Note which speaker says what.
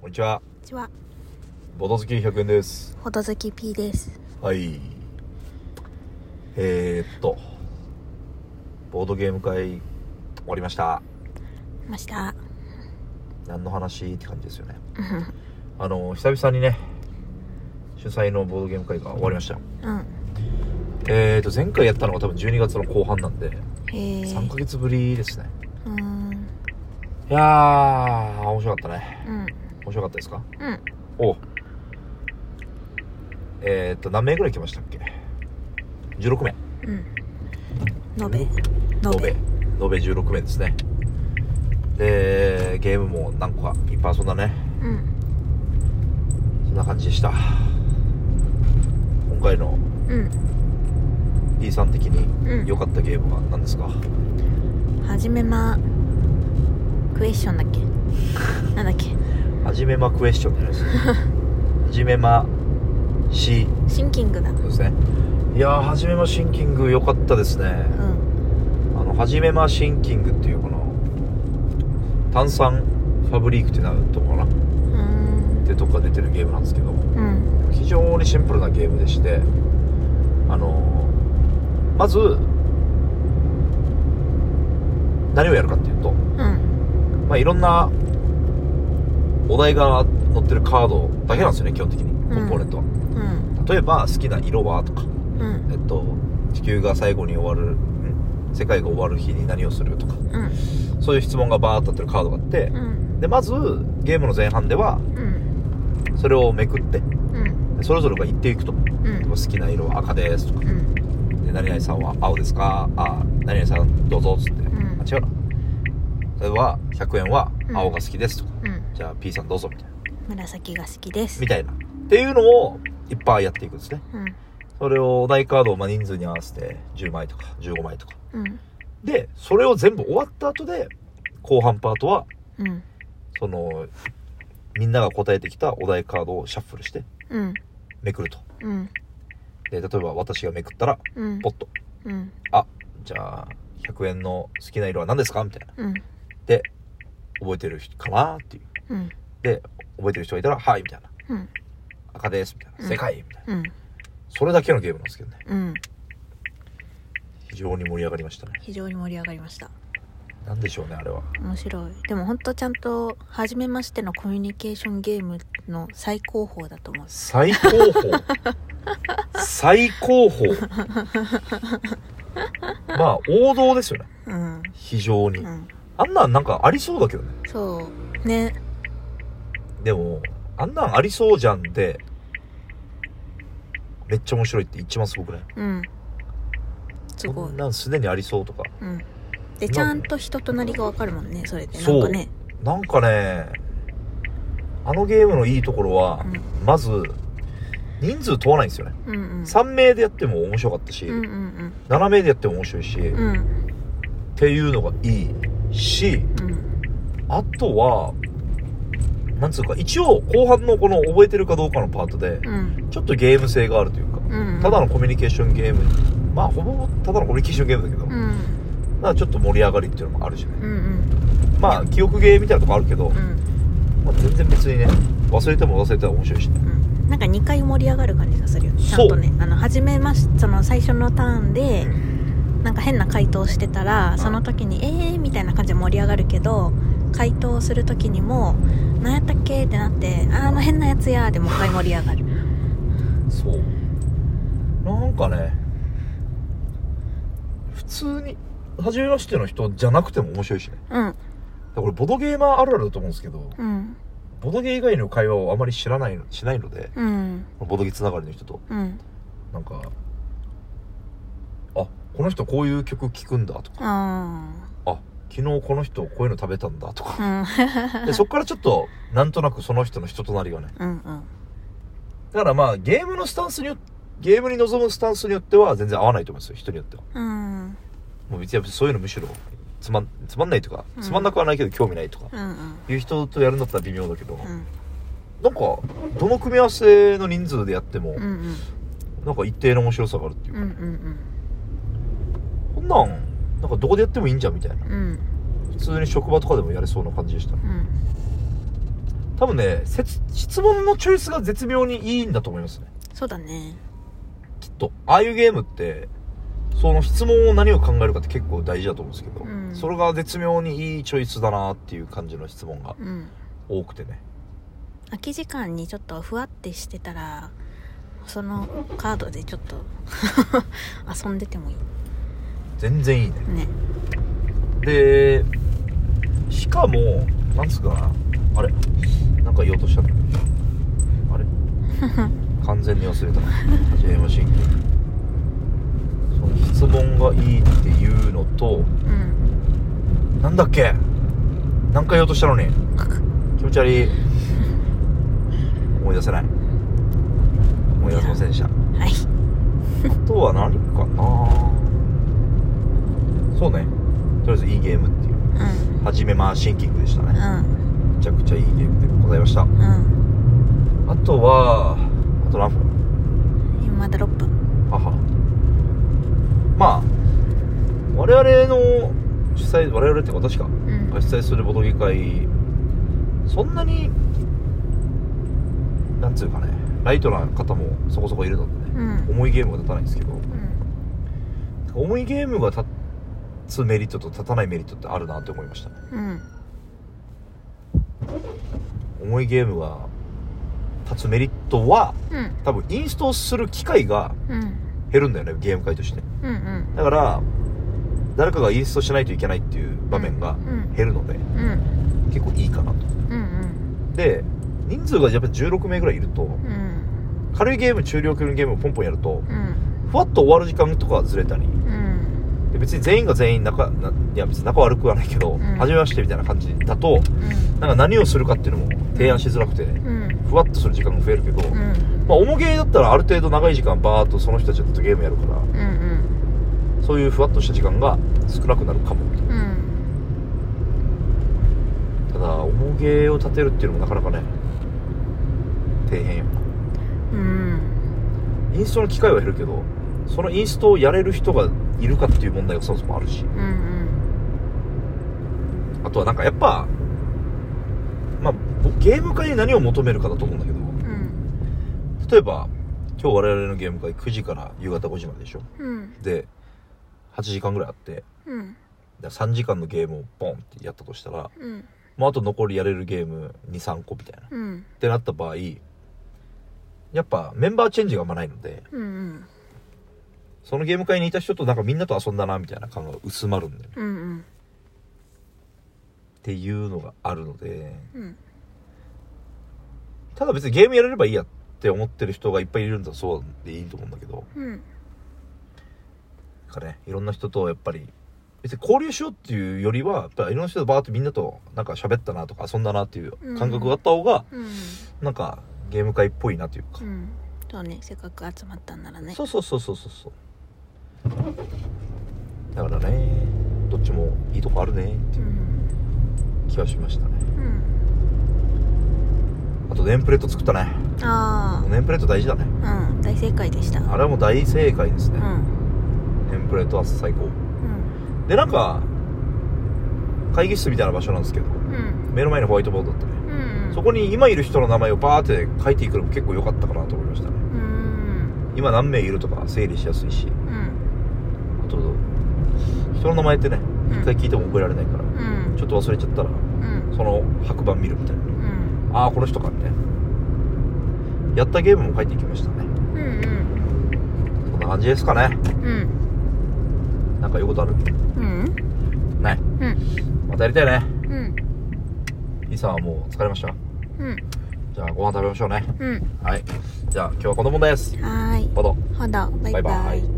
Speaker 1: こんにちは。
Speaker 2: こんにちは、
Speaker 1: ボト好き100円です。
Speaker 2: ほどずき P です。
Speaker 1: はい。えー、っと、ボードゲーム会終わりました。
Speaker 2: ました。
Speaker 1: 何の話って感じですよね。
Speaker 2: うん
Speaker 1: あの、久々にね、主催のボードゲーム会が終わりました。
Speaker 2: うん。
Speaker 1: えー、っと、前回やったのが多分12月の後半なんで、
Speaker 2: へえ。
Speaker 1: 3ヶ月ぶりですね。
Speaker 2: うーん。
Speaker 1: いやー、面白かったね。
Speaker 2: うん。
Speaker 1: 面白かったですか
Speaker 2: うん。
Speaker 1: おうえー、っと、何名ぐらい来ましたっけ ?16 名。
Speaker 2: うん。のべ。の
Speaker 1: 延べ
Speaker 2: べ。
Speaker 1: 延べ16名ですねでゲームも何個かいっぱい遊んだね
Speaker 2: うん。
Speaker 1: そんな感じでした今回の
Speaker 2: うん。
Speaker 1: P さん的
Speaker 2: う
Speaker 1: に
Speaker 2: ん
Speaker 1: 良かったゲームは何ですか、
Speaker 2: はじめま。クエスチョンだっけ。なんだっけ。
Speaker 1: はじめまクエスチョンじゃない ですはじめま C
Speaker 2: シンキングだ。
Speaker 1: ですねいやーはじめまシンキング良かったですね
Speaker 2: うん。
Speaker 1: あのはじめまシンキングっていうこの炭酸ファブリークってなるとこかなっ
Speaker 2: うーん。
Speaker 1: てとこが出てるゲームなんですけど
Speaker 2: うん。
Speaker 1: 非常にシンプルなゲームでしてあのまず何をやるかっていうと、
Speaker 2: うん。
Speaker 1: まあ、いろんなお題が載ってるカードだけなんですよね基本的にコンポーネントは、
Speaker 2: うん。
Speaker 1: 例えば好きな色はとか、
Speaker 2: うん。
Speaker 1: えっと、地球が最後に終わるん世界が終わる日に何をするとか
Speaker 2: うん。
Speaker 1: そういう質問がバーッとってるカードがあって
Speaker 2: うん。
Speaker 1: でまずゲームの前半では
Speaker 2: うん。
Speaker 1: それをめくって
Speaker 2: うん。
Speaker 1: それぞれが言っていくと
Speaker 2: うん。
Speaker 1: 好きな色は赤ですとか
Speaker 2: うん。
Speaker 1: で何々さんは青ですかあ何々さんどうぞっつって、あ
Speaker 2: ん
Speaker 1: 違うなそれは100円は
Speaker 2: うん
Speaker 1: 青が好きですとか、
Speaker 2: うん。
Speaker 1: じゃあ P さんどうぞみたいな
Speaker 2: 紫が好きです
Speaker 1: み。たいなっていうのをいっぱいやっていくんですね
Speaker 2: うん。
Speaker 1: それをお題カードをまあ人数に合わせて10枚とか15枚とか
Speaker 2: うん。
Speaker 1: でそれを全部終わった後で後半パートは
Speaker 2: うん。
Speaker 1: そのみんなが答えてきたお題カードをシャッフルして
Speaker 2: うん。
Speaker 1: めくると
Speaker 2: うん。
Speaker 1: で例えば私がめくったら
Speaker 2: うん。
Speaker 1: ポッと
Speaker 2: うん。
Speaker 1: じゃあ100円の好きな色は何ですかみたいな
Speaker 2: うん。
Speaker 1: で覚えてる人かなっていう
Speaker 2: うん。
Speaker 1: で覚えてる人がいたら「はい」みたいな
Speaker 2: うん。
Speaker 1: 「赤です」みたいな「
Speaker 2: うん
Speaker 1: 世界」みたいな
Speaker 2: うん。
Speaker 1: それだけのゲームなんですけどね
Speaker 2: うん。
Speaker 1: 非常に盛り上がりましたね
Speaker 2: 非常に盛り上がりました。
Speaker 1: なんでしょうねあれは
Speaker 2: 面白い。でも本当ちゃんと、初めましてのコミュニケーションゲームの最高峰だと思う。
Speaker 1: 最 高峰最高峰まあ王道ですよね
Speaker 2: うん。
Speaker 1: 非常に
Speaker 2: うん。
Speaker 1: あんなんなんかありそうだけどね
Speaker 2: そう。ね。
Speaker 1: でもあんなんありそうじゃんでめっちゃ面白いって一番すごくない
Speaker 2: うん。す
Speaker 1: こ
Speaker 2: ごい
Speaker 1: ん。なんすでにありそうとか
Speaker 2: うん。で、
Speaker 1: 今
Speaker 2: ちゃんと人となりがわかるもんね、それで。な
Speaker 1: そうん
Speaker 2: かね。
Speaker 1: なんかね、あのゲームのいいところは、
Speaker 2: う
Speaker 1: まず、人数問わないんですよね。
Speaker 2: うんうん。
Speaker 1: 3名でやっても面白かったし、
Speaker 2: うんうん
Speaker 1: 7名でやっても面白いし、
Speaker 2: う
Speaker 1: っ
Speaker 2: ん。うん。
Speaker 1: ていうのがいいし、
Speaker 2: うん。
Speaker 1: あとは、なんつうか、一応後半のこの覚えてるかどうかのパートで、
Speaker 2: うん。
Speaker 1: ちょっとゲーム性があるというか、
Speaker 2: うん。
Speaker 1: ただのコミュニケーションゲーム、まあほぼただのコミュニケーションゲームだけど、
Speaker 2: う
Speaker 1: なん
Speaker 2: ん。
Speaker 1: かちょっと盛り上がりっていうのもあるしね。
Speaker 2: うんうん。
Speaker 1: まあ記憶ゲーみたいなとこあるけど
Speaker 2: う、ん。
Speaker 1: まあ、全然別にね、忘れても忘れても面白いしね。
Speaker 2: うん。なんか2回盛り上がる感じがするよね。ちゃ
Speaker 1: そうん
Speaker 2: とね。あの、初めまし、その最初のターンで、なんか変な回答してたらその時に「えー」みたいな感じで盛り上がるけど回答する時にも「何やったっけ?」ってなって「あーあの変なやつや」でもう一回盛り上がる
Speaker 1: そうなんかね普通に初めましての人じゃなくても面白いしね
Speaker 2: うん
Speaker 1: これボドゲーマーあるあるだと思うんですけど
Speaker 2: うん
Speaker 1: ボドゲー以外の会話をあまり知らないしないので
Speaker 2: うん
Speaker 1: ボドゲつながりの人と
Speaker 2: うん
Speaker 1: なんかあこの人こういう曲聴くんだとか
Speaker 2: あ
Speaker 1: あ昨日この人こういうの食べたんだと
Speaker 2: ーう
Speaker 1: か
Speaker 2: ん
Speaker 1: でそっからちょっとなんとなくその人の人となりがね
Speaker 2: うんうん
Speaker 1: だからまあゲームのスタンスによゲームに臨むスタンスによっては全然合わないと思うんですよ人によっては
Speaker 2: うん
Speaker 1: もう別にそういうのむしろつまんつまんないとか、
Speaker 2: うん
Speaker 1: つまんなくはないけど興味ないとか
Speaker 2: うんうん
Speaker 1: いう人とやるんだったら微妙だけど、
Speaker 2: う
Speaker 1: なんか
Speaker 2: ん
Speaker 1: どの組み合わせの人数でやっても、
Speaker 2: うんうん
Speaker 1: なんか一定の面白さがあるっていう
Speaker 2: う
Speaker 1: か、
Speaker 2: んうん
Speaker 1: こんなんなんかどこでやってもいいんじゃんみたいな
Speaker 2: うんうん
Speaker 1: 普通に職場とかでもやれそうな感じでした
Speaker 2: うん
Speaker 1: 多分ねせつ質問のチョイスが絶妙にいいんだと思いますね
Speaker 2: そうだね
Speaker 1: きっとああいうゲームってその質問を何を考えるかって結構大事だと思うんですけど、
Speaker 2: うん
Speaker 1: それが絶妙にいいチョイスだなっていう感じの質問が
Speaker 2: うん
Speaker 1: 多くてね
Speaker 2: 空き時間にちょっとふわってしてたらそのカードでちょっと遊んでてもいい
Speaker 1: 全然いいね
Speaker 2: ね
Speaker 1: でしかもなんつうかなあれなんか言おうとしたんだけどあれ完全に忘れたな初めましん質問がいいっていうのと
Speaker 2: うん
Speaker 1: なんだっけ何回言おうとしたのに気持ち悪い思い出せない思い出せませんでした
Speaker 2: はい
Speaker 1: あとは何かなそうねとりあえずいいゲームっていう
Speaker 2: うん
Speaker 1: はじめまシンキングでしたね、
Speaker 2: うん
Speaker 1: めちゃくちゃいいゲームでございましたあ
Speaker 2: うん
Speaker 1: とはあと何分
Speaker 2: 今まだ6分
Speaker 1: あはまあ我々の主催我々っていうか私か
Speaker 2: うん
Speaker 1: が主催するボトゲ会そんなになんつうかねライトな方もそこそこいるのでね、
Speaker 2: うん
Speaker 1: 重いゲームが立たないんですけど
Speaker 2: うん
Speaker 1: 重いゲームが立つメリットと立たないメリットってあるなって思いました
Speaker 2: うん
Speaker 1: 重いゲームが立つメリットは
Speaker 2: うん
Speaker 1: 多分インストする機会が
Speaker 2: うん
Speaker 1: 減るんだよねゲーム会として
Speaker 2: うんうん
Speaker 1: だから誰かがインストしないといけないっていう場面が
Speaker 2: うん
Speaker 1: 減るので
Speaker 2: うん
Speaker 1: 結構いいかなと
Speaker 2: うんうん
Speaker 1: で人数がやっぱ16名ぐらいいると
Speaker 2: うん
Speaker 1: 軽いゲーム中量級のゲームをポンポンやると
Speaker 2: うん
Speaker 1: ふわっと終わる時間とかずれたり
Speaker 2: うん
Speaker 1: で別に全員が全員仲ないや別に仲悪くはないけど、
Speaker 2: ん
Speaker 1: 初めましてみたいな感じだとなんか何をするかっていうのも提案しづらくて
Speaker 2: うん
Speaker 1: ふわっとする時間が増えるけど、
Speaker 2: うん
Speaker 1: まあ、重ゲーだったらある程度長い時間バーっとその人たちとゲームやるから
Speaker 2: うんうん
Speaker 1: そういうふわっとした時間が少なくなるかも
Speaker 2: うん
Speaker 1: ただ重げを立てるっていうのもなかなかね底辺よ
Speaker 2: うん
Speaker 1: インストの機会は減るけどそのインストをやれる人がいるかっていう問題がそもそもあるし
Speaker 2: うん
Speaker 1: あとはなんかやっぱまあ僕ゲーム会に何を求めるかだと思うんだけど
Speaker 2: うん
Speaker 1: 例えば今日我々のゲーム会9時から夕方5時まででしょ
Speaker 2: うん
Speaker 1: で8時間ぐらいあって
Speaker 2: うん
Speaker 1: で3時間のゲームをボンってやったとしたら
Speaker 2: うん
Speaker 1: もうあと残りやれるゲーム23個みたいなっ
Speaker 2: うん
Speaker 1: てなった場合やっぱメンバーチェンジがあんまないので
Speaker 2: うんうん
Speaker 1: そのゲーム会にいた人となんかみんなと遊んだなみたいな感が薄まるんだよね
Speaker 2: うんうん
Speaker 1: っていうのがあるので
Speaker 2: うん
Speaker 1: ただ別にゲームやれればいいやって思ってる人がいっぱいいるんだそうでいいと思うんだけど
Speaker 2: うん
Speaker 1: なんかねいろんな人とやっぱり別に交流しようっていうよりはやっぱりいろんな人とバーってみんなとなんか喋ったなとか遊んだなっていう感覚があった方が
Speaker 2: うん
Speaker 1: なんかゲーム会っぽいなというか、
Speaker 2: うんそうねせっかく集まったんならね
Speaker 1: そうそうそうそうそうそうだからねどっちもいいとこあるねって
Speaker 2: う
Speaker 1: いうん気はしましたね
Speaker 2: うん
Speaker 1: あとネームプレート作ったね
Speaker 2: あ
Speaker 1: ネームプレート大事だね
Speaker 2: あうん大正解でした
Speaker 1: あれはもう大正解です
Speaker 2: う
Speaker 1: ね、
Speaker 2: ん
Speaker 1: ネームプレートは最高
Speaker 2: うん
Speaker 1: でなんか会議室みたいな場所なんですけど
Speaker 2: うん
Speaker 1: 目の前にホワイトボードだったね
Speaker 2: うん
Speaker 1: そこに今いる人の名前をバーって書いていくのも結構良かったかなと思いましたね
Speaker 2: うん
Speaker 1: 今何名いるとか整理しやすいし
Speaker 2: うん
Speaker 1: あと人の名前ってね一回聞いても覚えられないから
Speaker 2: うん
Speaker 1: ちょっと忘れちゃったら
Speaker 2: うん
Speaker 1: その白板見るみたいな
Speaker 2: うん
Speaker 1: ああこの人かみたいなやったゲームも書いていきましたね
Speaker 2: うん
Speaker 1: そんな感じですかね
Speaker 2: うん
Speaker 1: なんか言うことある
Speaker 2: うん
Speaker 1: ない
Speaker 2: うん
Speaker 1: またやりたいね
Speaker 2: うん
Speaker 1: イーさんはもう疲れました
Speaker 2: うん
Speaker 1: じゃあご飯食べましょうね
Speaker 2: うん
Speaker 1: はいじゃあ今日はこの問題です
Speaker 2: はーい
Speaker 1: どうぞ
Speaker 2: ほどバイバ
Speaker 1: バ
Speaker 2: イ
Speaker 1: イバイ